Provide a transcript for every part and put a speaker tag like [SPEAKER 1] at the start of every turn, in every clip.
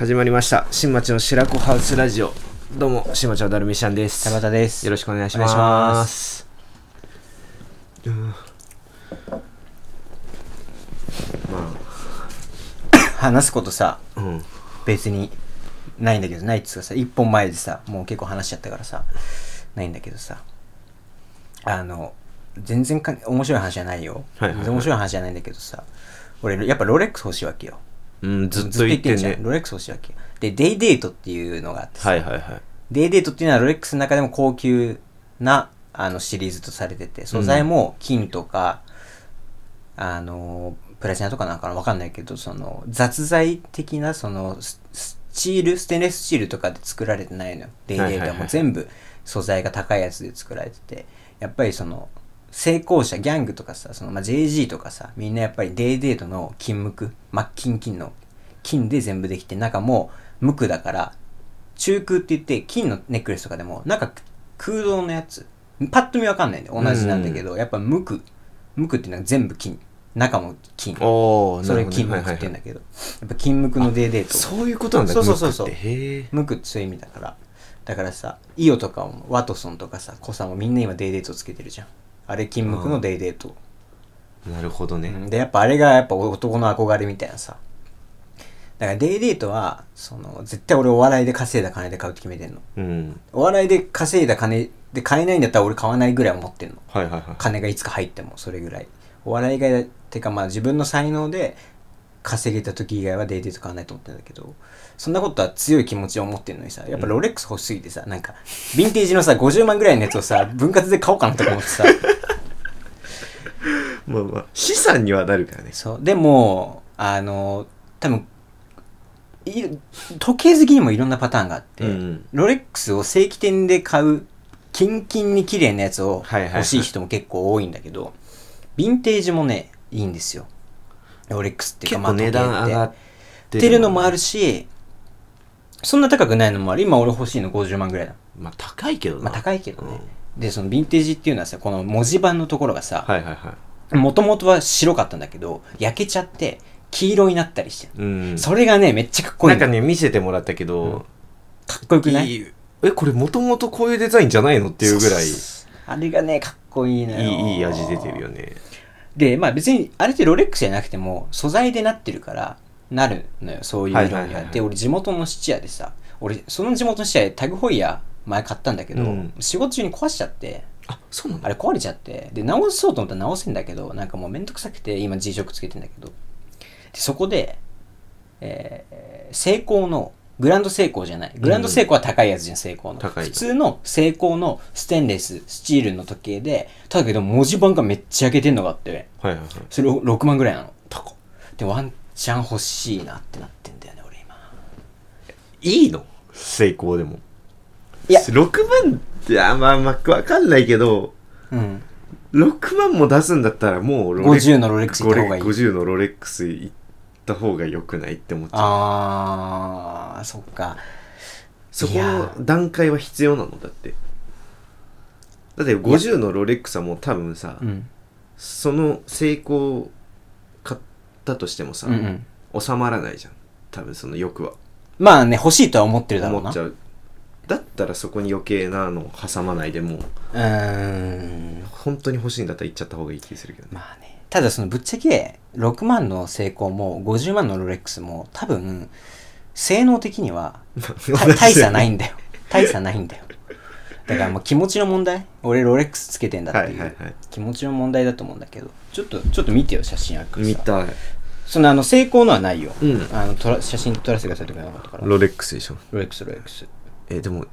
[SPEAKER 1] 始まりました新町の白子ハウスラジオどうも新町のだるみしゃんです
[SPEAKER 2] 田畑です
[SPEAKER 1] よろしくお願いし
[SPEAKER 2] お願いし
[SPEAKER 1] ま
[SPEAKER 2] ます話すことさ
[SPEAKER 1] うん
[SPEAKER 2] 別にないんだけどないっつうかさ一本前でさもう結構話しちゃったからさないんだけどさあの全然か面白い話じゃないよ、
[SPEAKER 1] はいはいはい
[SPEAKER 2] 全然面白い話じゃないんだけどさ俺やっぱロレックス欲しいわけよ
[SPEAKER 1] うんずっと言って
[SPEAKER 2] るじゃ
[SPEAKER 1] ね
[SPEAKER 2] んロレックス欲しいわけよでデイデートっていうのがあってさ、
[SPEAKER 1] はいはいはい
[SPEAKER 2] デイデートっていうのはロレックスの中でも高級なあのシリーズとされてて素材も金とか、あのプラチナとかなんかなわかんないけどその雑材的なそのススチールステンレススチールとかで作られてないのよデイデ
[SPEAKER 1] はいはいは
[SPEAKER 2] ー
[SPEAKER 1] い
[SPEAKER 2] トはもう全部素材が高いやつで作られててやっぱりその成功者ギャングとかさその、まあ、JG とかさみんなやっぱりデイデートの金無垢真っ金金の金で全部できて中も無垢だから中空って言って金のネックレスとかでもなんか空洞のやつパッと見わかんないんだよ同じなんだけど、やっぱ無垢無垢っていうのは全部金中も金
[SPEAKER 1] おお
[SPEAKER 2] それ金無垢って言うんだけど、やっぱ金無垢のデーデート
[SPEAKER 1] そういうことなんだ
[SPEAKER 2] そうそうそうそう
[SPEAKER 1] ムックってへえ
[SPEAKER 2] 無垢ってそういう意味だからだからさイオとかもワトソンとかさコさんもみんな今デイデートつけてるじゃんあれ金無垢のデイデート、
[SPEAKER 1] なるほどね、
[SPEAKER 2] うんでやっぱあれがやっぱ男の憧れみたいなさだからデイデートはその絶対俺お笑いで稼いだ金で買うって決めてんの
[SPEAKER 1] うん、
[SPEAKER 2] お笑いで稼いだ金で買えないんだったら俺買わないぐらい思ってんの
[SPEAKER 1] はいはいはい
[SPEAKER 2] 金がいつか入ってもそれぐらいお笑い以外だてかまあ自分の才能で稼げた時以外はデイデート買わないと思ってんだけどそんなことは強い気持ちを持ってるのにさやっぱロレックス欲しすぎてさなんかヴィンテージのさ50万ぐらいのやつをさ分割で買おうかなとか思ってさ
[SPEAKER 1] まあまあ資産にはなるからね
[SPEAKER 2] そうでもあの多分い時計好きにもいろんなパターンがあって、
[SPEAKER 1] うん
[SPEAKER 2] ロレックスを正規店で買うキンキンに綺麗なやつを
[SPEAKER 1] はいはいはい
[SPEAKER 2] 欲しい人も結構多いんだけど、ヴィンテージもねいいんですよロレックスっていう
[SPEAKER 1] 結
[SPEAKER 2] かまあ
[SPEAKER 1] 構値段上がっ
[SPEAKER 2] 時計
[SPEAKER 1] て
[SPEAKER 2] ってるのもあるしそんな高くないのもある今俺欲しいの50万ぐらいだ
[SPEAKER 1] まあ高いけどな
[SPEAKER 2] まあ高いけどね、でそのヴィンテージっていうのはさこの文字盤のところがさ
[SPEAKER 1] はいはいは
[SPEAKER 2] もともとは白かったんだけど焼けちゃって黄色になったりして
[SPEAKER 1] いうん
[SPEAKER 2] それがねめっちゃかっこい
[SPEAKER 1] ないん
[SPEAKER 2] の
[SPEAKER 1] かね見せてもらったけど、
[SPEAKER 2] かっこよくない
[SPEAKER 1] いいえこれもともとこういうデザインじゃないのっていうぐらいい
[SPEAKER 2] あれがねかっこいいのよ
[SPEAKER 1] いいい味出てるよね
[SPEAKER 2] で、まあ別に、あれってロレックスじゃなくても、素材でなってるから、なるのよ、そういう色に
[SPEAKER 1] は
[SPEAKER 2] はい
[SPEAKER 1] はいはいはい
[SPEAKER 2] で、俺地元の質屋でさ、俺、その地元の質屋でタグホイヤー前買ったんだけど、
[SPEAKER 1] うん
[SPEAKER 2] 仕事中に壊しちゃって、
[SPEAKER 1] あそうなん
[SPEAKER 2] あれ壊れちゃって、で、直そうと思ったら直せんだけど、なんかもうめんどくさくて、今 G ショックつけてんだけど、でそこで、えー、成功の、グランド成功じゃない。グランド成功は高いやつじゃん、成功の。
[SPEAKER 1] 高い
[SPEAKER 2] 普通の成功のステンレス、スチールの時計で、だけど文字盤がめっちゃ開けてんのがあって、
[SPEAKER 1] はいはいはい
[SPEAKER 2] それを6万ぐらいなの高でワンチャン欲しいなってなってんだよね俺今
[SPEAKER 1] いいの成功でも
[SPEAKER 2] いや
[SPEAKER 1] 6万ってあまあまあわかんないけど
[SPEAKER 2] うん
[SPEAKER 1] 6万も出すんだったらもう
[SPEAKER 2] 50のロレックス行った方がいい
[SPEAKER 1] 50のロレックス行った方が良くないって思っちゃう
[SPEAKER 2] あーそっか
[SPEAKER 1] そこ
[SPEAKER 2] いや
[SPEAKER 1] の段階は必要なのだってだって50のロレックスはもう多分さ、
[SPEAKER 2] うん
[SPEAKER 1] その成功買ったとしてもさ、
[SPEAKER 2] うんうん
[SPEAKER 1] 収まらないじゃん多分その欲は
[SPEAKER 2] まあね欲しいとは思ってるだろう
[SPEAKER 1] 思
[SPEAKER 2] な
[SPEAKER 1] っちゃうだったらそこに余計なのを挟まないでもう
[SPEAKER 2] うーん
[SPEAKER 1] 本当に欲しいんだったら行っちゃった方がいい気するけどね
[SPEAKER 2] まあねただそのぶっちゃけ6万の成功も50万のロレックスも多分性能的に はた 大差ないいんだよ大差ないんだよだからもう気持ちの問題俺ロレックスつけてんだ
[SPEAKER 1] は
[SPEAKER 2] って
[SPEAKER 1] い
[SPEAKER 2] いう、
[SPEAKER 1] はいはい
[SPEAKER 2] 気持ちの問題だと思うんだけどちょっとちょっと見てよ写真あく
[SPEAKER 1] 見たい
[SPEAKER 2] そのあの成功のはないよ、
[SPEAKER 1] うん
[SPEAKER 2] あの撮ら写真撮らせてくださいとかなかったからロ
[SPEAKER 1] ロレックスでしょ
[SPEAKER 2] レックスロレックス
[SPEAKER 1] えでも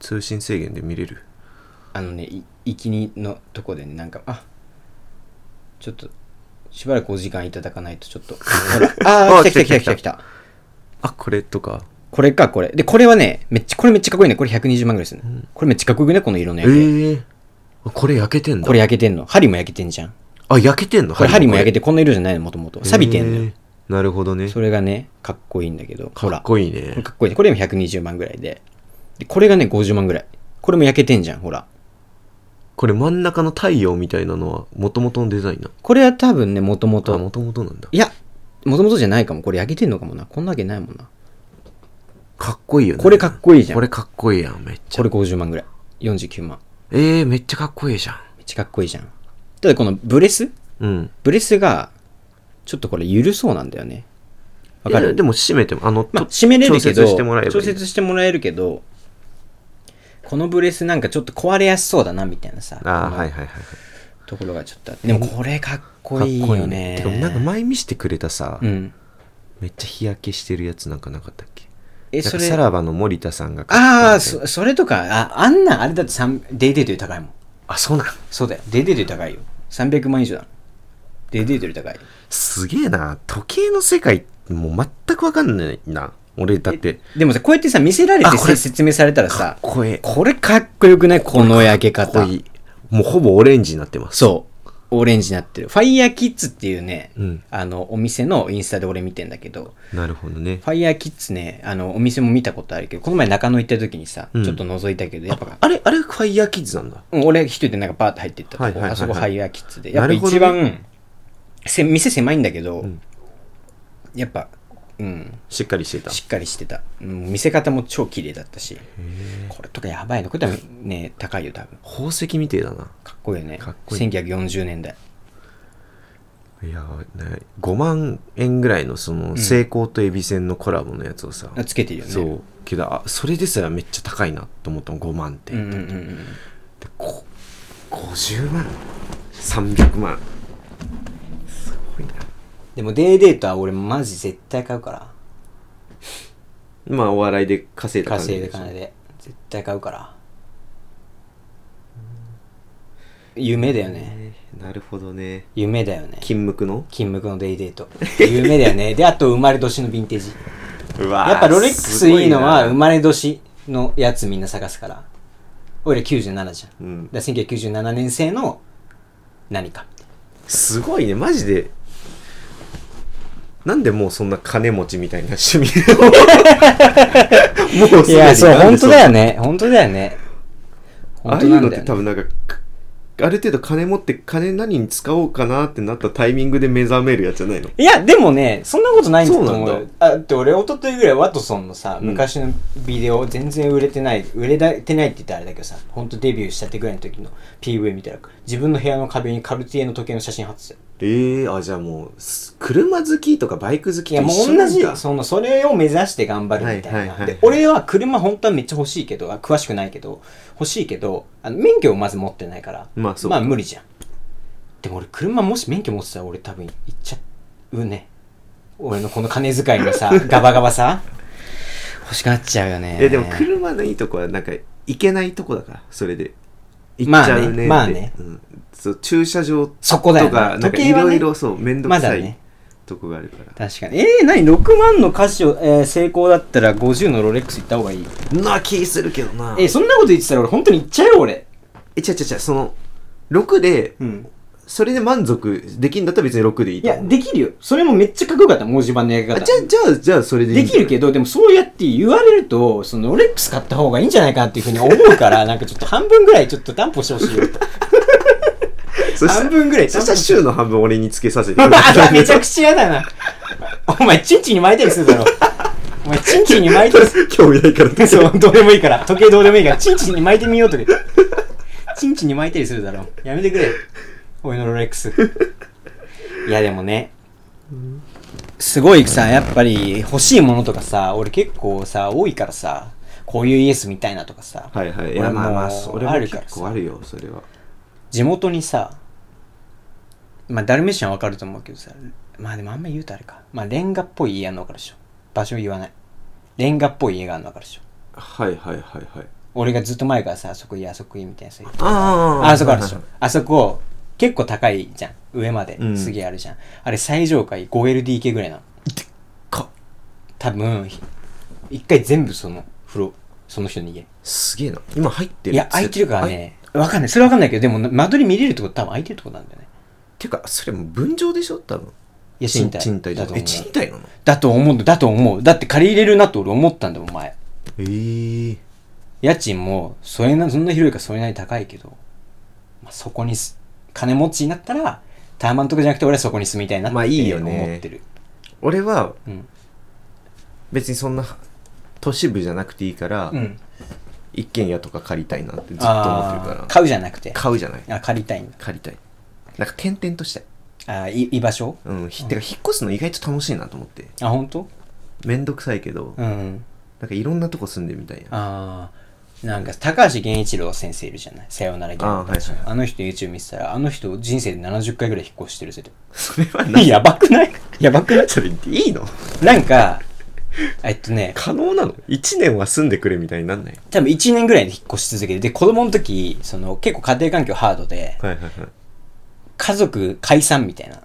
[SPEAKER 1] 通信制限で見れる
[SPEAKER 2] あのねい行きにのとこでねなんかあちょっとしばらくお時間いただかないと ちょっとほらあ
[SPEAKER 1] あ
[SPEAKER 2] あ来た来た来
[SPEAKER 1] 来た
[SPEAKER 2] た
[SPEAKER 1] 来
[SPEAKER 2] 来た
[SPEAKER 1] あこれとか
[SPEAKER 2] これかこれでこれはねめっちゃこれめっちゃかっこいいねこれ120万ぐらいする、ねこれめっちゃかっこよくねこの色の
[SPEAKER 1] え
[SPEAKER 2] 焼け、
[SPEAKER 1] ーあこれ焼けてんだ
[SPEAKER 2] これ焼けてんの針も焼けてんじゃん
[SPEAKER 1] あ焼けてんの
[SPEAKER 2] これ針も焼け
[SPEAKER 1] て
[SPEAKER 2] てこんな色じゃないのもともと錆びてんのよ、
[SPEAKER 1] なるほどね
[SPEAKER 2] それがねかっこいいんだけどほ
[SPEAKER 1] からっこいい
[SPEAKER 2] これ
[SPEAKER 1] ね
[SPEAKER 2] かっこいいね。これも120万ぐらいで。で、これがね、50万ぐらい。これも焼けてんじゃん、ほら。
[SPEAKER 1] これ真ん中の太陽みたいなのはもともとのデザインな
[SPEAKER 2] これは多分ね、もとも
[SPEAKER 1] あ
[SPEAKER 2] と。
[SPEAKER 1] もともとなんだ
[SPEAKER 2] いや、もともとじゃないかもこれ焼けてんのかもなこんなわけないもんな
[SPEAKER 1] かっこいいよね。
[SPEAKER 2] これかっこいいじゃん
[SPEAKER 1] これかっこいいやん、めっち
[SPEAKER 2] こ
[SPEAKER 1] ゃ
[SPEAKER 2] れ。50万ぐらい49万
[SPEAKER 1] えー、めっちゃかっこいいじゃん。
[SPEAKER 2] めっちゃかっこいいじゃんただこのブレス
[SPEAKER 1] うん。
[SPEAKER 2] ブレスがちょっとこれ緩そうなんだよねわか
[SPEAKER 1] いや
[SPEAKER 2] る
[SPEAKER 1] でも締めても、あの、
[SPEAKER 2] まあ
[SPEAKER 1] ちょ
[SPEAKER 2] 締めれるけ
[SPEAKER 1] 調
[SPEAKER 2] ど
[SPEAKER 1] 節してもらえばいい
[SPEAKER 2] 調節してもらえるけどこのブレスなんかちょっと壊れやすそうだなみたいなさ
[SPEAKER 1] ああ、
[SPEAKER 2] この
[SPEAKER 1] はいはいはいはい。
[SPEAKER 2] ところがちょっとあってでもこれかっこいいよね
[SPEAKER 1] てか、なんか前見してくれたさ、
[SPEAKER 2] うん
[SPEAKER 1] めっちゃ日焼けしてるやつなんかなかったっけ
[SPEAKER 2] え
[SPEAKER 1] なん
[SPEAKER 2] そ
[SPEAKER 1] か
[SPEAKER 2] れ
[SPEAKER 1] さらばの森田さんが買ったみたい
[SPEAKER 2] あ
[SPEAKER 1] な
[SPEAKER 2] あそそれとかああんなんあれだって三デイデイとより高いもん
[SPEAKER 1] あ、そうなん
[SPEAKER 2] そうだよデイデイとより高いよ300万以上だもんデイデイとより高い
[SPEAKER 1] すげえな。時計の世界、もう全くわかんないな。俺、だって、
[SPEAKER 2] でもさこうやってさ見せられ
[SPEAKER 1] あ
[SPEAKER 2] て
[SPEAKER 1] これ
[SPEAKER 2] せ説明されたら
[SPEAKER 1] か
[SPEAKER 2] さ
[SPEAKER 1] っこええ。
[SPEAKER 2] これかっこよくないこの焼け
[SPEAKER 1] かっ
[SPEAKER 2] 方
[SPEAKER 1] こいい。もうほぼオレンジになってます。
[SPEAKER 2] そうオレンジになってるファイヤーキッズっていうね、
[SPEAKER 1] うん
[SPEAKER 2] あのお店のインスタで俺見てんだけど
[SPEAKER 1] なるほどね。
[SPEAKER 2] ファイヤーキッズねあのお店も見たことあるけどこの前中野行った時にさ、
[SPEAKER 1] うん
[SPEAKER 2] ちょっと覗いたけどやっぱ
[SPEAKER 1] あれ、あれ、ファイヤーキッズなんだ。
[SPEAKER 2] うん俺一人でなんかバーって入ってったとこ、
[SPEAKER 1] はいはいはいはい
[SPEAKER 2] あそこハイヤーキッズでや
[SPEAKER 1] な
[SPEAKER 2] っぱ
[SPEAKER 1] るほどね
[SPEAKER 2] 一番、せ店狭いんだけど、
[SPEAKER 1] ん
[SPEAKER 2] やっぱうん
[SPEAKER 1] しっかりしてた。
[SPEAKER 2] しっかりしてた、うん、見せ方も超綺麗だったしこれとかやばいのこれ多分ね高いよ多分
[SPEAKER 1] 宝石みてえだな。
[SPEAKER 2] かっこいいよね
[SPEAKER 1] かっこいい
[SPEAKER 2] 1940年代
[SPEAKER 1] いやー、ね、5万円ぐらいのその、成功とエビセンのコラボのやつをさ、
[SPEAKER 2] あつけてるよね
[SPEAKER 1] そう。けど、あ、それですらめっちゃ高いなと思ったの、5万って。
[SPEAKER 2] うんうんうんうん
[SPEAKER 1] でこ50万 ?300 万。すごいな。
[SPEAKER 2] でもデーデータは俺マジ絶対買うから
[SPEAKER 1] まあ、お笑いで稼いだ感じ
[SPEAKER 2] 稼いで
[SPEAKER 1] でしょ
[SPEAKER 2] 金で絶対買うから夢だよね
[SPEAKER 1] えーなるほどね。
[SPEAKER 2] 夢だよね
[SPEAKER 1] 金無垢の
[SPEAKER 2] 金無垢のデイデー ト夢だよねであと生まれ年のヴィンテージ
[SPEAKER 1] うわー
[SPEAKER 2] やっぱロレックスいいのは
[SPEAKER 1] すご
[SPEAKER 2] 生
[SPEAKER 1] な
[SPEAKER 2] まれ年のやつみんな探すから俺ら97じゃんだか
[SPEAKER 1] うん。
[SPEAKER 2] ら1997年製の何か
[SPEAKER 1] すごいね、マジで。なんでもうそんな金持ちみたいな趣味をもうすでに
[SPEAKER 2] いやそう
[SPEAKER 1] なん
[SPEAKER 2] 本
[SPEAKER 1] で
[SPEAKER 2] 当だよね本当だよね
[SPEAKER 1] あ
[SPEAKER 2] 本
[SPEAKER 1] あ
[SPEAKER 2] 当
[SPEAKER 1] いう
[SPEAKER 2] な
[SPEAKER 1] の
[SPEAKER 2] ん
[SPEAKER 1] って
[SPEAKER 2] だよ、
[SPEAKER 1] 多
[SPEAKER 2] ね、
[SPEAKER 1] 分なんか、かある程度金持って金何に使おうかなってなったタイミングで目覚めるやつじゃないの
[SPEAKER 2] いやでもねそんなことないんだと思う
[SPEAKER 1] そうな
[SPEAKER 2] よ
[SPEAKER 1] ん
[SPEAKER 2] あだって俺一昨日ぐらいワトソンのさ
[SPEAKER 1] うん
[SPEAKER 2] 昔のビデオ全然売れてない売れてないって言ったらあれだけどさ本当デビューしたてぐらいの時の PV 見たら自分の部屋の壁にカルティエの時計の写真貼ってたよ
[SPEAKER 1] ええあ、じゃあもう、す車好きとかバイク好
[SPEAKER 2] い
[SPEAKER 1] き
[SPEAKER 2] や
[SPEAKER 1] と
[SPEAKER 2] も
[SPEAKER 1] 一
[SPEAKER 2] う
[SPEAKER 1] 緒な
[SPEAKER 2] 同
[SPEAKER 1] ん
[SPEAKER 2] じよ
[SPEAKER 1] だ。
[SPEAKER 2] そのそれを目指して頑張るみたいな、
[SPEAKER 1] はいはいはい
[SPEAKER 2] で俺は車本当はめっちゃ欲しいけどあ詳しくないけど欲しいけどあの免許をまず持ってないから
[SPEAKER 1] まあそう
[SPEAKER 2] ま
[SPEAKER 1] か
[SPEAKER 2] あ無理じゃんでも俺車もし免許持ってたら俺多分行っちゃうね俺のこの金遣い のさガバガバさ欲しくなっちゃうよね
[SPEAKER 1] え、でも車のいいとこはなんか、行けないとこだから、それで。行
[SPEAKER 2] まあ
[SPEAKER 1] っ
[SPEAKER 2] ね
[SPEAKER 1] ちゃうねって。
[SPEAKER 2] まあね
[SPEAKER 1] うん。そう、駐車場
[SPEAKER 2] そこだよ
[SPEAKER 1] と
[SPEAKER 2] ね
[SPEAKER 1] か、なんか
[SPEAKER 2] 時
[SPEAKER 1] い
[SPEAKER 2] 計はね
[SPEAKER 1] ろいろそう、めんどく
[SPEAKER 2] ま
[SPEAKER 1] さ
[SPEAKER 2] だ
[SPEAKER 1] い、
[SPEAKER 2] ね
[SPEAKER 1] とこがあるから。
[SPEAKER 2] 確かにえー、何6万のカシオ、えー成功だったら50のロレックス行った方がいい
[SPEAKER 1] な気するけどな。
[SPEAKER 2] えーそんなこと言ってたら俺本当に行っちゃうよ俺
[SPEAKER 1] え、ちゃちゃちゃ、その、6で、
[SPEAKER 2] うん
[SPEAKER 1] それで満足できんだったら別に6でいい
[SPEAKER 2] い
[SPEAKER 1] と思
[SPEAKER 2] や
[SPEAKER 1] う。
[SPEAKER 2] できるよそれもめっちゃかっこよかった文字盤のやり
[SPEAKER 1] あ
[SPEAKER 2] 方
[SPEAKER 1] じゃあ、じゃあ、じゃあそれでいい
[SPEAKER 2] できるけど、でもそうやって言われると、そのロレックス買った方がいいんじゃないかなっていうふうに思う から、なんかちょっと半分ぐらいちょっと担保してほしいよ。
[SPEAKER 1] そしたら
[SPEAKER 2] 半分ぐらい
[SPEAKER 1] そしたら週の半分俺につけさせて
[SPEAKER 2] あ めちゃ
[SPEAKER 1] ち
[SPEAKER 2] くちゃ嫌だな。お前、チンチンに巻いたりするだろ。お前、チンチンに巻いたりす
[SPEAKER 1] 興味ないから
[SPEAKER 2] る。 そう、どうでもいいから。時計どうでもいいから、チンチンに巻いてみようとか。チンチンに巻いたりするだろ。やめてくれ。俺のロレックス。いや、でもね。すごいさ、やっぱり欲しいものとかさ、俺結構さ、多いからさ、こういうイエスみたいなとかさ、
[SPEAKER 1] はいはい。い
[SPEAKER 2] 俺
[SPEAKER 1] や
[SPEAKER 2] も
[SPEAKER 1] まあまあ、それも
[SPEAKER 2] ある
[SPEAKER 1] 結
[SPEAKER 2] からさ
[SPEAKER 1] 構あるよ、それは。
[SPEAKER 2] 地元にさまあダルメシアンわかると思うけどさまあでもあんま言うとあれかまあレンガっぽい家あんのわかるでしょ場所言わないレンガっぽい家があんのわかるでしょ
[SPEAKER 1] はいはいはいはい。
[SPEAKER 2] 俺がずっと前からさあそこいいあそこいいみたいなさ
[SPEAKER 1] あ
[SPEAKER 2] ああそこあるでしょあそこ結構高いじゃん上まで、
[SPEAKER 1] うん
[SPEAKER 2] すげえあるじゃんあれ最上階 5LDK ぐらいなの
[SPEAKER 1] か
[SPEAKER 2] 多分ひ一回全部その風呂その人の家
[SPEAKER 1] すげえな。今入ってる
[SPEAKER 2] いや空いてるから。ねわかんないそれわかんないけどでも間取り見れるってこと多分空いてるってことなんだよね
[SPEAKER 1] あてか、それもう分譲でしょ多分。
[SPEAKER 2] いや賃貸
[SPEAKER 1] 賃貸じゃ
[SPEAKER 2] だ
[SPEAKER 1] ん
[SPEAKER 2] と思
[SPEAKER 1] え、
[SPEAKER 2] う
[SPEAKER 1] 賃貸なの
[SPEAKER 2] だと思う、だと思う。だって借り入れるなって俺思ったんだもん、前。
[SPEAKER 1] ええ
[SPEAKER 2] 家賃も、それな、そんな広いからそれなりに高いけど、まあ、そこにす、金持ちになったら、タワマンとかじゃなくて俺はそこに住みたいなって
[SPEAKER 1] まあいいよね
[SPEAKER 2] 思ってる。
[SPEAKER 1] 俺は
[SPEAKER 2] うん
[SPEAKER 1] 別にそんな都市部じゃなくていいから、
[SPEAKER 2] うん
[SPEAKER 1] 一軒家とか借りたいなってずっと思ってるから
[SPEAKER 2] あー買うじゃなくて
[SPEAKER 1] 買うじゃない
[SPEAKER 2] あ借りたいんだ
[SPEAKER 1] 借りたいなんか転々としたい
[SPEAKER 2] あーい居場所
[SPEAKER 1] うんひてか引っ越すの意外と楽しいなと思って
[SPEAKER 2] あ本当
[SPEAKER 1] めんどくさいけど、
[SPEAKER 2] うん
[SPEAKER 1] なんかいろんなとこ住んでみたいな
[SPEAKER 2] ああなんか高橋源一郎先生いるじゃないさよならギャングたち
[SPEAKER 1] あーはいはい
[SPEAKER 2] あの人 YouTube 見てたらあの人人生で70回ぐらい引っ越してるぜと
[SPEAKER 1] それは何
[SPEAKER 2] やばくないやばくない
[SPEAKER 1] それいいの
[SPEAKER 2] なんかえっとね
[SPEAKER 1] 可能なの1年は住んでくれみたいになんない
[SPEAKER 2] 多分1年ぐらいで引っ越し続けてで子供の時その結構家庭環境ハードで
[SPEAKER 1] はいはいは
[SPEAKER 2] 家族解散みたいな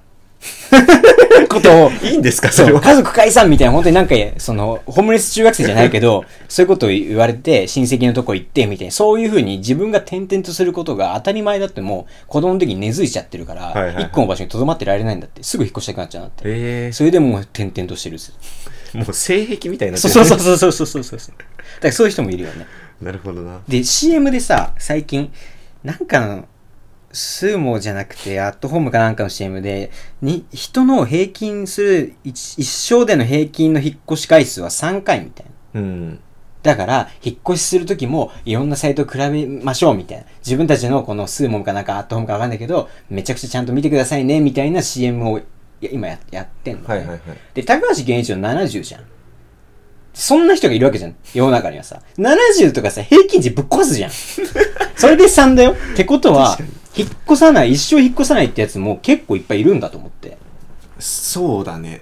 [SPEAKER 2] ことを
[SPEAKER 1] いいいんですかそれ
[SPEAKER 2] そう、
[SPEAKER 1] は
[SPEAKER 2] 家族解散みたいな、本当になんか、その、ホームレス中学生じゃないけど、 そういうことを言われて、親戚のとこ行って、みたいな、そういうふうに自分が転々とすることが当たり前だってもう、子供の時に根付いちゃってるから、
[SPEAKER 1] はいはいはい
[SPEAKER 2] 一個の場所に留まってられないんだって、すぐ引っ越したくなっちゃうんだって。
[SPEAKER 1] えー
[SPEAKER 2] それでもう転々としてるんです よ。
[SPEAKER 1] もう性癖みたいになって
[SPEAKER 2] そう
[SPEAKER 1] る
[SPEAKER 2] そうそうそうそうそうそうそう。だからそういう人もいるよね。
[SPEAKER 1] なるほどな
[SPEAKER 2] で、CM でさ、最近、なんかの、スーモじゃなくて、アットホームかなんかの CM で、に、人の平均する一、一生での平均の引っ越し回数は3回みたいな。
[SPEAKER 1] うん
[SPEAKER 2] だから、引っ越しするときも、いろんなサイトを比べましょうみたいな。自分たちのこのスーモンかなんかアットホームかわかんないけど、めちゃくちゃちゃんと見てくださいね、みたいな CM を、いや今ややってんの、ね。
[SPEAKER 1] はいはいはい
[SPEAKER 2] で、高橋源一郎70じゃん。そんな人がいるわけじゃん。世の中にはさ。70とかさ、平均値ぶっ壊 すじゃん。それで3だよ。ってことは、引っ越さない、一生引っ越さないってやつも結構いっぱいいるんだと思って。
[SPEAKER 1] そうだね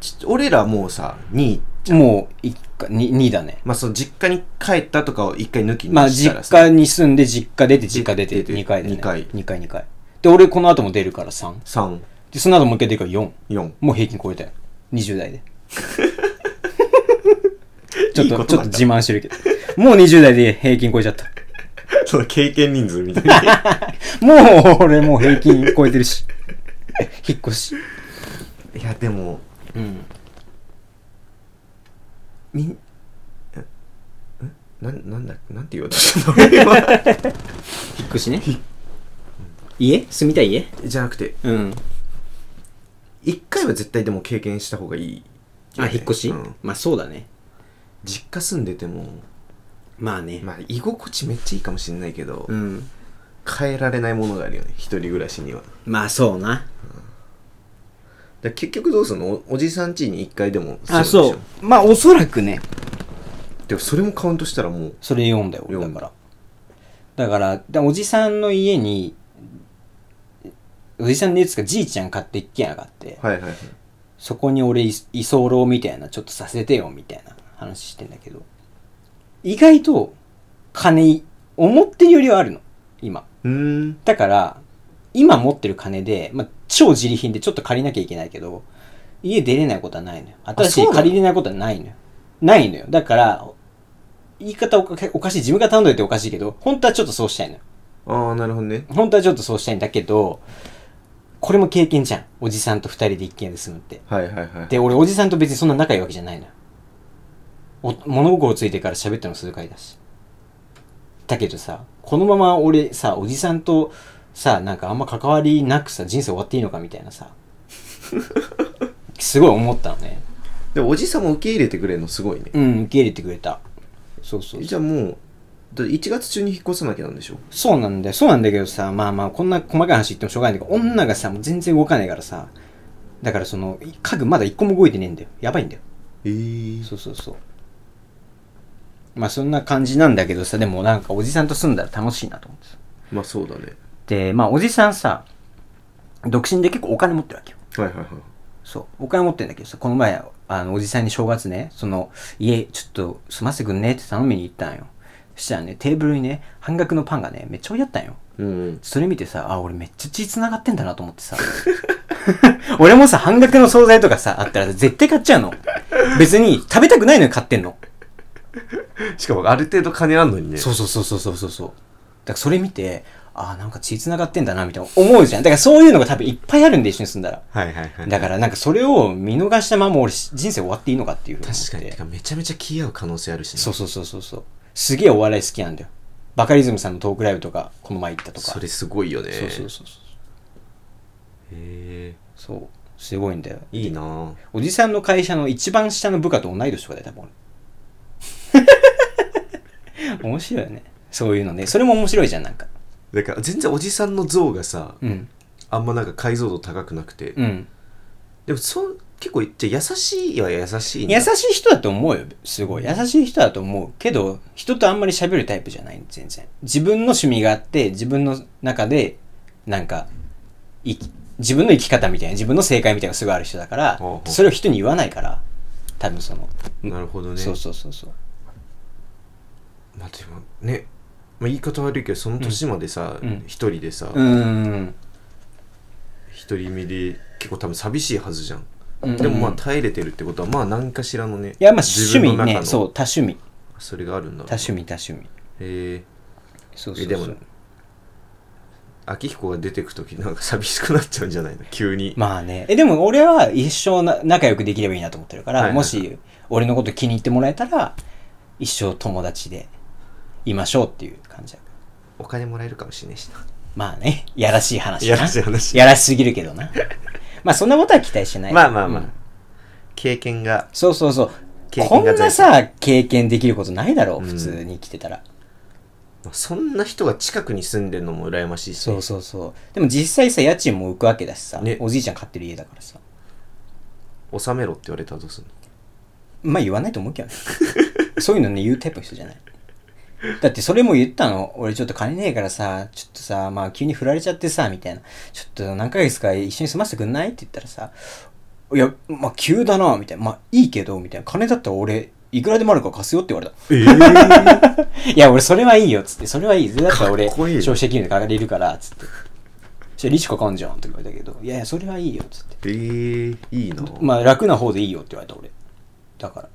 [SPEAKER 1] ち俺らもうさ2
[SPEAKER 2] もう、1か、2, 2だね。
[SPEAKER 1] まあその実家に帰ったとかを1回抜きに
[SPEAKER 2] まあ、
[SPEAKER 1] した
[SPEAKER 2] 実
[SPEAKER 1] らさ
[SPEAKER 2] 家に住んで、実家出て、実家出て、
[SPEAKER 1] 出て
[SPEAKER 2] 2回で、ね。
[SPEAKER 1] 二回
[SPEAKER 2] 2回、2回。で、俺この後も出るから3。で、その後もう一回出るから4。
[SPEAKER 1] 344
[SPEAKER 2] もう平均超えたよ。20代 で。ちょ
[SPEAKER 1] い
[SPEAKER 2] っ
[SPEAKER 1] い
[SPEAKER 2] と、
[SPEAKER 1] こと
[SPEAKER 2] ち
[SPEAKER 1] な
[SPEAKER 2] ょっと
[SPEAKER 1] んだ
[SPEAKER 2] 自慢してるけど。もう20代で平均超えちゃった。
[SPEAKER 1] その経験人数みたいな
[SPEAKER 2] もう俺もう平均超えてるし。 引っ越し。
[SPEAKER 1] いやでも
[SPEAKER 2] うん。
[SPEAKER 1] みんななんだなんて言おうとしたの俺 は
[SPEAKER 2] 引っ越しね。家住みたい家
[SPEAKER 1] じゃなくて
[SPEAKER 2] うん。
[SPEAKER 1] 1回は絶対でも経験した方がいいよね、
[SPEAKER 2] あ、引っ越し、
[SPEAKER 1] うん
[SPEAKER 2] まあそうだね。
[SPEAKER 1] 実家住んでても
[SPEAKER 2] まあね。
[SPEAKER 1] まあ居心地めっちゃいいかもしれないけど、
[SPEAKER 2] うん。
[SPEAKER 1] 変えられないものがあるよね一人暮らしにはだか
[SPEAKER 2] まあそうな。
[SPEAKER 1] ら結局どうすんのおおじさん家に1回でも
[SPEAKER 2] あ、
[SPEAKER 1] 住むん
[SPEAKER 2] そ
[SPEAKER 1] で
[SPEAKER 2] う。まあおそらく
[SPEAKER 1] し
[SPEAKER 2] ね。
[SPEAKER 1] ょでもそれもカウントしたらもう
[SPEAKER 2] それ読んだよ、俺だ
[SPEAKER 1] 読ん
[SPEAKER 2] か
[SPEAKER 1] だ
[SPEAKER 2] ら。だから、だおじさんの家に、おじさんの家つかじいちゃん買って一軒家があって、
[SPEAKER 1] はいはいはい
[SPEAKER 2] そこに俺い居候みたいなちょっとさせてよみたいな話してんだけど意外と金思ってるよりはあるの今
[SPEAKER 1] うーん
[SPEAKER 2] だから今持ってる金で、まあ、超自利品でちょっと借りなきゃいけないけど家出れないことはないのよ新し
[SPEAKER 1] そう
[SPEAKER 2] い
[SPEAKER 1] なの
[SPEAKER 2] 借りれないことはないのよないのよだから言い方おかおかしい自分が頼んどいておかしいけど本当はちょっとそうしたいのよ
[SPEAKER 1] ああなるほどね
[SPEAKER 2] 本当はちょっとそうしたいんだけどこれも経験じゃんおじさんと二人で一軒家で住むって
[SPEAKER 1] はいはいはい
[SPEAKER 2] で俺おじさんと別にそんな仲いいわけじゃないのよお物心ついてから喋ったの数回だしだけどさこのまま俺さおじさんとさなんかあんま関わりなくさ人生終わっていいのかみたいなさすごい思ったのね
[SPEAKER 1] でもおじさんも受け入れてくれるのすごいね
[SPEAKER 2] うん受け入れてくれたそうそう
[SPEAKER 1] じ
[SPEAKER 2] そう
[SPEAKER 1] ゃあもうだ1月中に引っ越さなきゃなんでしょ
[SPEAKER 2] そうなんだよそうなんだけどさまあまあこんな細かい話言ってもしょうがないんだけど女がさもう全然動かないからさだからその家具まだ一個も動いてねえんだよやばいんだよ
[SPEAKER 1] ええ
[SPEAKER 2] そうそうそうまあそんな感じなんだけどさでもなんかおじさんと住んだら楽しいなと思ってさ
[SPEAKER 1] まあそうだね
[SPEAKER 2] でまあおじさんさ独身で結構お金持ってるわけよ
[SPEAKER 1] はいはいはい
[SPEAKER 2] そうお金持ってるんだけどさこの前あのおじさんに正月ねその家ちょっと済ませてくんねって頼みに行ったんよそしたらねテーブルにね半額のパンがねめっちゃ置いてあったんよ
[SPEAKER 1] うん
[SPEAKER 2] それ見てさあ俺めっちゃ血繋がってんだなと思ってさ俺もさ半額の惣菜とかさあったら絶対買っちゃうの別に食べたくないのに買ってんの
[SPEAKER 1] しかもある程度金あんのにね
[SPEAKER 2] そうそうそうそうそうそうそうだからそれ見てああなんか血繋がってんだなみたいな思うじゃんだからそういうのが多分いっぱいあるんで一緒に住んだら
[SPEAKER 1] はいはいはい
[SPEAKER 2] だからなんかそれを見逃したまま俺人生終わっていいのかっていうふうに思って
[SPEAKER 1] 確かにてかめちゃめちゃ気合う可能性あるしね
[SPEAKER 2] そうそうそうそうそうすげえお笑い好きなんだよバカリズムさんのトークライブとかこの前行ったとか
[SPEAKER 1] それすごいよね
[SPEAKER 2] そうそうそうそう
[SPEAKER 1] へえ
[SPEAKER 2] そうすごいんだよ
[SPEAKER 1] いいなぁ
[SPEAKER 2] おじさんの会社の一番下の部下と同い年とかだよ多 分俺面白いよねそういうのねそれも面白いじゃんなんか
[SPEAKER 1] だから全然おじさんの像がさ
[SPEAKER 2] うん
[SPEAKER 1] あんまなんか解像度高くなくて、
[SPEAKER 2] うん
[SPEAKER 1] でもそう結構じゃあ優しいは優しいんだ
[SPEAKER 2] 優しい人だと思うよすごい優しい人だと思うけど人とあんまり喋るタイプじゃない全然自分の趣味があって自分の中でなんかい自分の生き方みたいな自分の正解みたいなのがすごいある人だから
[SPEAKER 1] ほうほう
[SPEAKER 2] それを人に言わないから多分その、
[SPEAKER 1] なるほどね
[SPEAKER 2] そうそうそうそう
[SPEAKER 1] まあでもね、まあ、言い方悪いけどその年までさ
[SPEAKER 2] うん
[SPEAKER 1] 一、人でさ
[SPEAKER 2] うーん
[SPEAKER 1] 一、人身で結構多分寂しいはずじゃん、
[SPEAKER 2] うん
[SPEAKER 1] でもまあ耐えれてるってことはまあ何かしらのね
[SPEAKER 2] いやまあ
[SPEAKER 1] 自
[SPEAKER 2] 趣
[SPEAKER 1] 分
[SPEAKER 2] 味
[SPEAKER 1] の中
[SPEAKER 2] ね
[SPEAKER 1] の
[SPEAKER 2] そう多趣味
[SPEAKER 1] それがあるんだろう
[SPEAKER 2] 多趣味多趣味
[SPEAKER 1] へえ
[SPEAKER 2] そう
[SPEAKER 1] えでも秋彦が出てく時なんか寂しくなっちゃうんじゃないの急に、
[SPEAKER 2] まあねえでも俺は一生な仲良くできればいいなと思ってるから、
[SPEAKER 1] はいはいはい
[SPEAKER 2] もし俺のこと気に入ってもらえたら一生友達でいましょうっていう感じだ
[SPEAKER 1] お金もらえるかもしれないしな
[SPEAKER 2] まあねやらしい話
[SPEAKER 1] い
[SPEAKER 2] だ
[SPEAKER 1] や
[SPEAKER 2] な
[SPEAKER 1] らしい話
[SPEAKER 2] やらしすぎるけどなまあそんなことは期待しない
[SPEAKER 1] まあまあまあ、
[SPEAKER 2] うん
[SPEAKER 1] 経験が
[SPEAKER 2] そうそうそう
[SPEAKER 1] 経験が
[SPEAKER 2] こんな
[SPEAKER 1] 財産
[SPEAKER 2] さ経験できることないだろう普通に来てたら、
[SPEAKER 1] まあそんな人が近くに住んでるのも羨ましいしね、
[SPEAKER 2] そうそうそうでも実際さ家賃も浮くわけだしさ、
[SPEAKER 1] ね
[SPEAKER 2] おじいちゃん買ってる家だからさ
[SPEAKER 1] 納めろって言われたらどうするの
[SPEAKER 2] まあ言わないと思うけどね そういうのね言うタイプの人じゃないだってそれも言ったの俺ちょっと金ねえからさちょっとさまあ急に振られちゃってさみたいなちょっと何ヶ月か一緒に住ませてくんないって言ったらさ「いやまあ急だな」みたいな「まあいいけど」みたいな「金だったら俺いくらでもあるから貸すよ」って言われた
[SPEAKER 1] ええ
[SPEAKER 2] 「いや俺それはいいよ」っつって「それはいい」だったら俺
[SPEAKER 1] かっこいいね
[SPEAKER 2] 消費者金融で借りるからっつって「じゃあリシコかんじゃん」って言われたけど「いやいやそれはいいよ」っつって
[SPEAKER 1] えー、いいな
[SPEAKER 2] まあ楽な方でいいよって言われた俺だから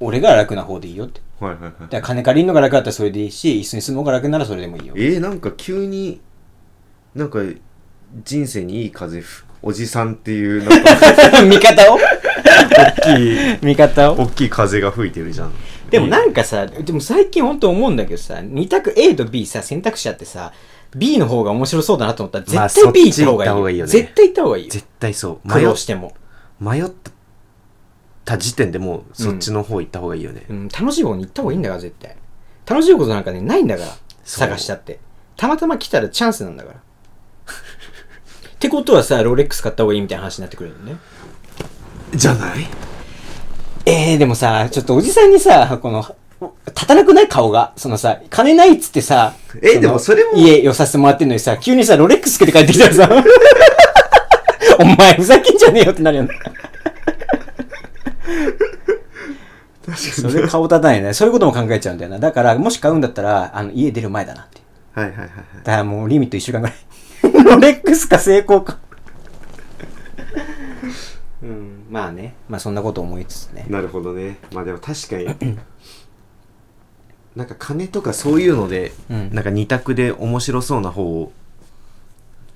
[SPEAKER 2] 俺が楽な方でいいよって
[SPEAKER 1] はいはいはい
[SPEAKER 2] だから金借りるのが楽だったらそれでいいし、一緒に住むのが楽ならそれでもいいよ。
[SPEAKER 1] えー、なんか急になんか人生にいい風ふおじさんっていうなんか
[SPEAKER 2] 見方を
[SPEAKER 1] 大き い
[SPEAKER 2] 見方を
[SPEAKER 1] 大きい風が吹いてるじゃん
[SPEAKER 2] でもない
[SPEAKER 1] い
[SPEAKER 2] んかさ、でも最近本当思うんだけどさ、二択 A と B さ、選択肢あってさ、B の方が面白そうだなと思った
[SPEAKER 1] ま
[SPEAKER 2] ら
[SPEAKER 1] あ
[SPEAKER 2] 絶対 B 行った
[SPEAKER 1] そ
[SPEAKER 2] 方
[SPEAKER 1] っち行った方
[SPEAKER 2] が
[SPEAKER 1] が
[SPEAKER 2] い
[SPEAKER 1] いい
[SPEAKER 2] いよ。
[SPEAKER 1] よね
[SPEAKER 2] 絶対行った方がいいよ。
[SPEAKER 1] 絶対そう
[SPEAKER 2] 苦
[SPEAKER 1] 迷っ
[SPEAKER 2] 労しても。
[SPEAKER 1] 迷った時点でもうそっちの方行った方がいいよね、
[SPEAKER 2] うん、楽しい方に行った方がいいんだから、絶対。楽しいことなんかね、ないんだから、
[SPEAKER 1] そう
[SPEAKER 2] 探したって。たまたま来たらチャンスなんだから。ってことはさ、ロレックス買った方がいいみたいな話になってくるよね。
[SPEAKER 1] じゃない
[SPEAKER 2] えー、でもさ、ちょっとおじさんにさ、この、立たなくない顔が。そのさ、金ないっつってさ、
[SPEAKER 1] え
[SPEAKER 2] の
[SPEAKER 1] でもそれも
[SPEAKER 2] 家寄させてもらってんのにさ、急にさ、ロレックスつけて帰ってきた らさ、お前ふざけんじゃねえよってなるよね。それ顔立たないね。そういうことも考えちゃうんだよな。だから、もし買うんだったら、あの、家出る前だなって。
[SPEAKER 1] はいはいはいはい
[SPEAKER 2] だからもうリミット1週間ぐらい。 ロレックスか成功か。うん、まあね。まあそんなこと思いつつね。
[SPEAKER 1] なるほどねまあでも確かに なんか金とかそういうので、
[SPEAKER 2] うん
[SPEAKER 1] なんか二択で面白そうな方を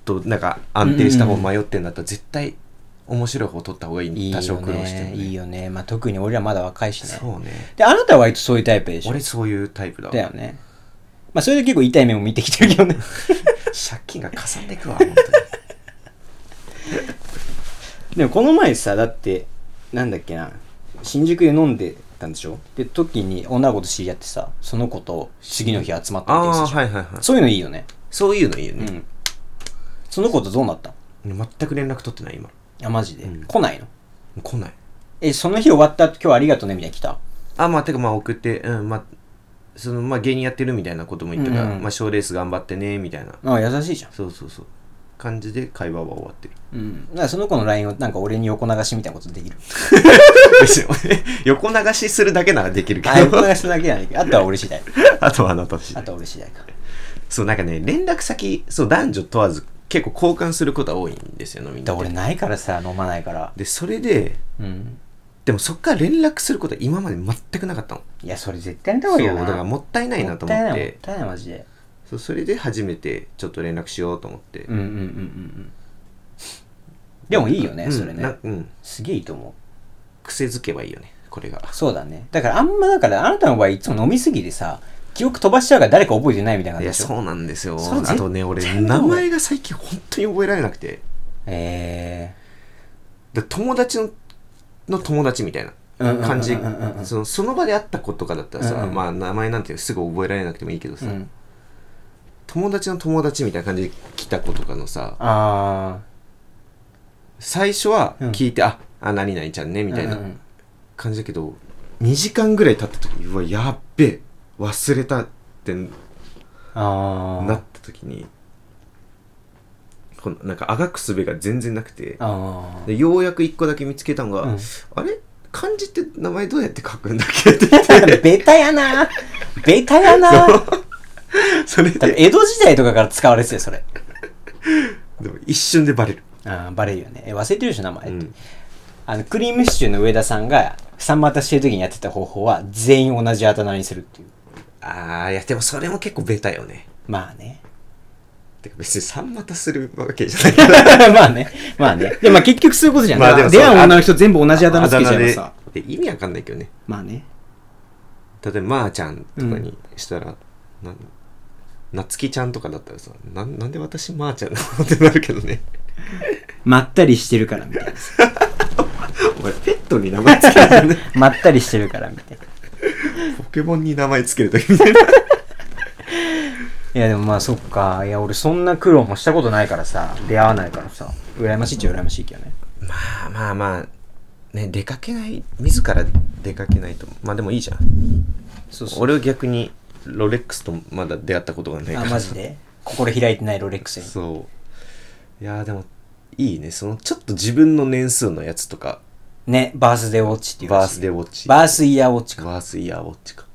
[SPEAKER 1] となんか安定した方迷ってんだったら絶対面白い方取った方がいい
[SPEAKER 2] いいよ
[SPEAKER 1] 多少苦労しても、
[SPEAKER 2] ね。いいよね。まあ、特に俺らまだ若いしね。
[SPEAKER 1] そうね
[SPEAKER 2] で、あなたは割とそういうタイプでしょ。
[SPEAKER 1] 俺そういうタイプだわ
[SPEAKER 2] だよね。まあ、それで結構痛い目も見てきてるけどね。
[SPEAKER 1] 借金がかさんでくわ本当に
[SPEAKER 2] でもこの前さ、だって、なんだっけな、新宿で飲んでたんでしょで、時に女の子と知り合ってさ、その子と次の日集まったみたいな
[SPEAKER 1] あ
[SPEAKER 2] や
[SPEAKER 1] あ
[SPEAKER 2] つでしょ
[SPEAKER 1] はいはいはい
[SPEAKER 2] そういうのいいよね。
[SPEAKER 1] そういうのいいよ
[SPEAKER 2] う
[SPEAKER 1] ね、
[SPEAKER 2] ん。その子とどうなったの
[SPEAKER 1] 全く連絡取ってない今も
[SPEAKER 2] あ、マジで。
[SPEAKER 1] うん
[SPEAKER 2] 来ないの
[SPEAKER 1] う来ない
[SPEAKER 2] え、その日終わった後、今日ありがとうねみたいに来た
[SPEAKER 1] あまあてかまあ送ってうんまあそのまあ芸人やってるみたいなことも言ったから、
[SPEAKER 2] うんうん
[SPEAKER 1] まあ賞レース頑張ってねみたいな
[SPEAKER 2] あ、優しいじゃん。
[SPEAKER 1] そうそうそう感じで会話は終わってる
[SPEAKER 2] うん。だからその子の LINE をなんか俺に横流しみたいなことでき る。
[SPEAKER 1] 別に俺横流しするだけならできるけ
[SPEAKER 2] あ、横
[SPEAKER 1] ど
[SPEAKER 2] 流しだけじゃないけど、あとは俺次第。
[SPEAKER 1] あとはあなたし
[SPEAKER 2] あとは俺次第か。
[SPEAKER 1] そうなんかね連絡先そう男女問わず結構交換することは多いんですよ飲みに
[SPEAKER 2] だ俺ないからさ、飲まないから。
[SPEAKER 1] でそれで
[SPEAKER 2] うん。
[SPEAKER 1] でもそっから連絡することは今まで全くなかったの
[SPEAKER 2] いや、それ絶対やめた方
[SPEAKER 1] そう
[SPEAKER 2] がいいよ
[SPEAKER 1] だ
[SPEAKER 2] な。
[SPEAKER 1] からもったいないなと思
[SPEAKER 2] も
[SPEAKER 1] っ
[SPEAKER 2] ったいない、も
[SPEAKER 1] て
[SPEAKER 2] ったいない、マジで。
[SPEAKER 1] そうそれで初めてちょっと連絡しようと思って、
[SPEAKER 2] うんうんうんうんうん。でもいいよね、
[SPEAKER 1] うん
[SPEAKER 2] それ
[SPEAKER 1] な
[SPEAKER 2] ね。
[SPEAKER 1] うん
[SPEAKER 2] すげえいいと思
[SPEAKER 1] 癖づけばいいよねこれが
[SPEAKER 2] う。そうだね。だからあんま、だからあなたの場合いつも飲みすぎてさ、記憶飛ばしちゃうから誰か覚えてないみたいない感じ
[SPEAKER 1] や
[SPEAKER 2] でしょ。
[SPEAKER 1] そうなんですよ
[SPEAKER 2] それ絶
[SPEAKER 1] あとね俺
[SPEAKER 2] 絶対
[SPEAKER 1] 名前が最近本当に覚えられなくて
[SPEAKER 2] え
[SPEAKER 1] だ友達のの友達みたいな感じ
[SPEAKER 2] うんうんうんうんうん
[SPEAKER 1] そのその場で会った子とかだったらさ、
[SPEAKER 2] うんうん
[SPEAKER 1] まあ名前なんてすぐ覚えられなくてもいいけど
[SPEAKER 2] う
[SPEAKER 1] さ、
[SPEAKER 2] ん、
[SPEAKER 1] 友達の友達みたいな感じで来た子とかのさ
[SPEAKER 2] あ
[SPEAKER 1] 最初は
[SPEAKER 2] うん
[SPEAKER 1] 聞いて、ああ何々ちゃんね
[SPEAKER 2] ー
[SPEAKER 1] みたいな
[SPEAKER 2] うんうん
[SPEAKER 1] 感じだけど、2時間ぐらい経った時にうわやっべえ忘れたって
[SPEAKER 2] あー
[SPEAKER 1] なった時にこのなんかあがくすべが全然なくて
[SPEAKER 2] あ
[SPEAKER 1] でようやく1個だけ見つけたのが、
[SPEAKER 2] うん
[SPEAKER 1] あれ漢字って名前どうやって書くんだっけって
[SPEAKER 2] ーベタやなベタやな
[SPEAKER 1] それ
[SPEAKER 2] 多分
[SPEAKER 1] で
[SPEAKER 2] 江戸時代とかから使われてたよそれ
[SPEAKER 1] でも一瞬でバレる、
[SPEAKER 2] あーバレるよねえ忘れてるでしょ名前
[SPEAKER 1] う
[SPEAKER 2] って、
[SPEAKER 1] ん、
[SPEAKER 2] あのクリームシチューの上田さんが三股してる時にやってた方法は全員同じあだ名にするっていう
[SPEAKER 1] ああいやでもそれも結構ベタよね
[SPEAKER 2] まあ ね
[SPEAKER 1] てか別に三股するわけじゃないから
[SPEAKER 2] まあねまあねでまあ結局そういうことじゃん、
[SPEAKER 1] まあ
[SPEAKER 2] だから
[SPEAKER 1] でも
[SPEAKER 2] 出
[SPEAKER 1] そう
[SPEAKER 2] 会う女の人全部同じあだ名つけちゃえば
[SPEAKER 1] で
[SPEAKER 2] さ
[SPEAKER 1] で意味わかんないけどね
[SPEAKER 2] まあね
[SPEAKER 1] 例えばまー、ちゃんとかにしたら、なんなつきちゃんとかだったらさなんなんで私まー、ちゃんなのってなるけどね
[SPEAKER 2] まったりしてるからみたいな
[SPEAKER 1] お前ペットに名前つけるよね
[SPEAKER 2] まったりしてるからみたいな
[SPEAKER 1] ポケモンに名前つけるときみたいない
[SPEAKER 2] やでもまあそっかいや俺そんな苦労もしたことないからさ出会わないからさ羨ましいっちゃ羨ましいけどね
[SPEAKER 1] まあまあまあね出かけない自ら出かけないとまあでもいいじゃん
[SPEAKER 2] そうそう
[SPEAKER 1] 俺は逆にロレックスとまだ出会ったことがないから
[SPEAKER 2] あマジで心開いてないロレックスに
[SPEAKER 1] そういやーでもいいねそのちょっと自分の年数のやつとか
[SPEAKER 2] ねバースデーウォッチっていう
[SPEAKER 1] バース
[SPEAKER 2] デ
[SPEAKER 1] デーウォッチ
[SPEAKER 2] バースイヤーウォッチか
[SPEAKER 1] バースイヤーウォッチか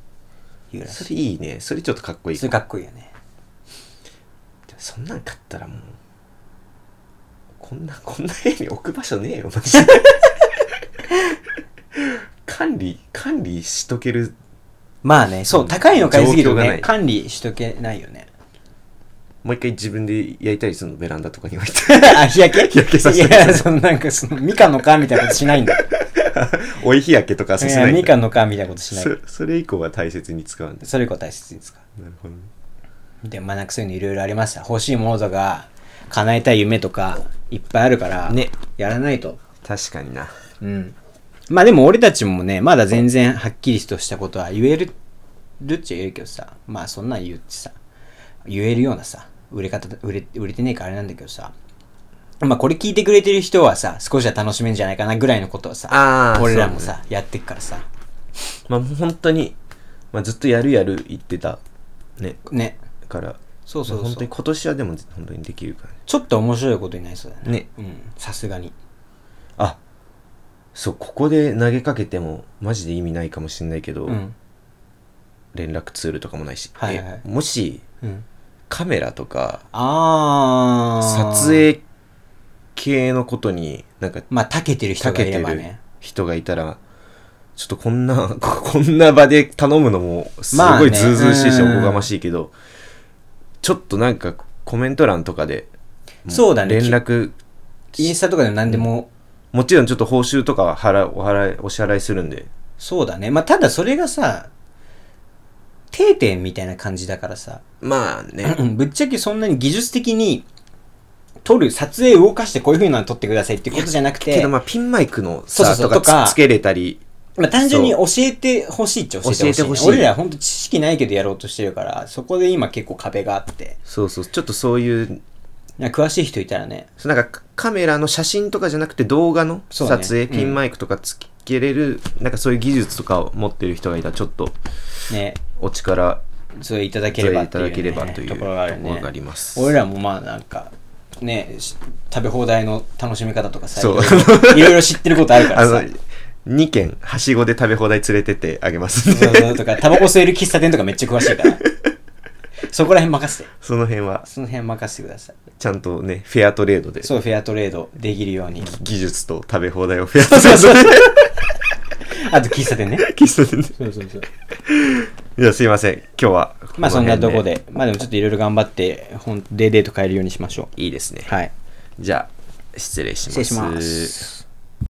[SPEAKER 2] 言うらしい
[SPEAKER 1] それいいねそれちょっとかっこいい
[SPEAKER 2] それかっこいいよね
[SPEAKER 1] そんなん買ったらもうこんな こんな家に置く場所ねえよマジ で管理管理しとける
[SPEAKER 2] まあねそう、
[SPEAKER 1] うん
[SPEAKER 2] 高いの買いすぎると
[SPEAKER 1] 状況がな
[SPEAKER 2] ね
[SPEAKER 1] い
[SPEAKER 2] 管理しとけないよね
[SPEAKER 1] もう一回自分で焼いたりするのベランダとかに置いて
[SPEAKER 2] あ 日焼け
[SPEAKER 1] 日焼けさせ
[SPEAKER 2] い
[SPEAKER 1] て
[SPEAKER 2] やそのなんかそのみかんの皮みたいなことし ないんだい
[SPEAKER 1] 追い日焼けとかさせ
[SPEAKER 2] や
[SPEAKER 1] ないん
[SPEAKER 2] みか
[SPEAKER 1] だ
[SPEAKER 2] んの皮みたいなことしない
[SPEAKER 1] そそれ以降は大切に使うんです
[SPEAKER 2] それ以降大切ですか
[SPEAKER 1] なるほどね
[SPEAKER 2] でまあなんかそういうのいろいろありました欲しいものとか叶えたい夢とかいっぱいあるから
[SPEAKER 1] ね
[SPEAKER 2] やらないと
[SPEAKER 1] 確かにな
[SPEAKER 2] うんまあでも俺たちもねまだ全然はっきりとしたことは言えるるっちゃ言えるけどさまあそんなん言ってさ言えるようなさ売れ方売れ売れてねえからあれなんだけどさまあこれ聞いてくれてる人はさ少しは楽しめんじゃないかなぐらいのことをさ
[SPEAKER 1] あー
[SPEAKER 2] 俺らもさ、やってっからさ
[SPEAKER 1] まあもう本当に、まあ、ずっとやるやる言ってたね
[SPEAKER 2] ね
[SPEAKER 1] から
[SPEAKER 2] そうそうそう
[SPEAKER 1] 本当に今年はでも本当にできるからね
[SPEAKER 2] ちょっと面白いことになりそうだね
[SPEAKER 1] ね
[SPEAKER 2] うんさすがに
[SPEAKER 1] あそうここで投げかけてもマジで意味ないかもしれないけど、
[SPEAKER 2] うん
[SPEAKER 1] 連絡ツールとかもないし、
[SPEAKER 2] はいはいはい
[SPEAKER 1] えもし
[SPEAKER 2] うん
[SPEAKER 1] カメラとか
[SPEAKER 2] ああ
[SPEAKER 1] 撮影系のことになんか
[SPEAKER 2] まあたけてる人
[SPEAKER 1] 長
[SPEAKER 2] が
[SPEAKER 1] け
[SPEAKER 2] い
[SPEAKER 1] て
[SPEAKER 2] れば
[SPEAKER 1] る
[SPEAKER 2] ね
[SPEAKER 1] 人がいたらちょっとこんな こんな場で頼むのもす
[SPEAKER 2] まあ
[SPEAKER 1] ご
[SPEAKER 2] ね
[SPEAKER 1] いずうずうしいしお
[SPEAKER 2] うん
[SPEAKER 1] こがましいけどちょっとなんかコメント欄とかで
[SPEAKER 2] そうだね
[SPEAKER 1] 連絡
[SPEAKER 2] インスタとかでも何でも、
[SPEAKER 1] もちろんちょっと報酬とかは払うお払いお支払いするんで
[SPEAKER 2] そうだね。まあ、ただそれがさ、定点みたいな感じだからさ、
[SPEAKER 1] まあね
[SPEAKER 2] うんぶっちゃけそんなに技術的に、撮る、撮影動かしてこういう風なの撮ってくださいってことじゃなくて、
[SPEAKER 1] けどまあピンマイクの
[SPEAKER 2] そうそ
[SPEAKER 1] さ
[SPEAKER 2] うそう
[SPEAKER 1] とかつ
[SPEAKER 2] とか
[SPEAKER 1] つけれたり
[SPEAKER 2] まあ、単純に教えてほしいっちゃ教えてほしい,、
[SPEAKER 1] 教えてほしい
[SPEAKER 2] 俺らほんと知識ないけどやろうとしてるから、そこで今結構壁があって、
[SPEAKER 1] そうそうちょっとそういう
[SPEAKER 2] なんか詳しい人いたらね、
[SPEAKER 1] そうなんかカメラの写真とかじゃなくて動画の
[SPEAKER 2] そう
[SPEAKER 1] 撮
[SPEAKER 2] ね
[SPEAKER 1] 影、
[SPEAKER 2] うん
[SPEAKER 1] ピンマイクとかつけれるなんかそういう技術とかを持ってる人がいたらちょっと
[SPEAKER 2] ね、
[SPEAKER 1] お力
[SPEAKER 2] それいただけ
[SPEAKER 1] 添
[SPEAKER 2] れば
[SPEAKER 1] え
[SPEAKER 2] って
[SPEAKER 1] いた
[SPEAKER 2] いうね、
[SPEAKER 1] だければという
[SPEAKER 2] と
[SPEAKER 1] と
[SPEAKER 2] こ
[SPEAKER 1] ころ
[SPEAKER 2] ろが
[SPEAKER 1] が
[SPEAKER 2] あ
[SPEAKER 1] あ
[SPEAKER 2] るね。
[SPEAKER 1] ります、
[SPEAKER 2] 俺らもまあなんか、ね、し食べ放題の楽しみ方とかさ、い
[SPEAKER 1] そう
[SPEAKER 2] ろいろいろいろ知ってることあるから
[SPEAKER 1] あ
[SPEAKER 2] さ
[SPEAKER 1] の。2軒はしごで食べ放題連れてってあげます
[SPEAKER 2] そうそうとか、タバコ吸える喫茶店とかめっちゃ詳しいから。そこら辺任せて。
[SPEAKER 1] その辺は
[SPEAKER 2] その辺任せてください。
[SPEAKER 1] ちゃんとねフェアトレードで
[SPEAKER 2] そう、フェアトレードできるように。
[SPEAKER 1] 技術と食べ放題をフェアトレ
[SPEAKER 2] そう
[SPEAKER 1] ー
[SPEAKER 2] そう
[SPEAKER 1] ド
[SPEAKER 2] そう
[SPEAKER 1] で
[SPEAKER 2] あと喫茶店ね。
[SPEAKER 1] 喫茶店で
[SPEAKER 2] そうそうそう。
[SPEAKER 1] いやすいません今日は
[SPEAKER 2] まあそんなとこ
[SPEAKER 1] 辺
[SPEAKER 2] で。まあでもちょっといろいろ頑張って、ほんデーデーと変えるようにしましょ
[SPEAKER 1] いいですね
[SPEAKER 2] う。はい。
[SPEAKER 1] じゃあ失礼します
[SPEAKER 2] 失礼します。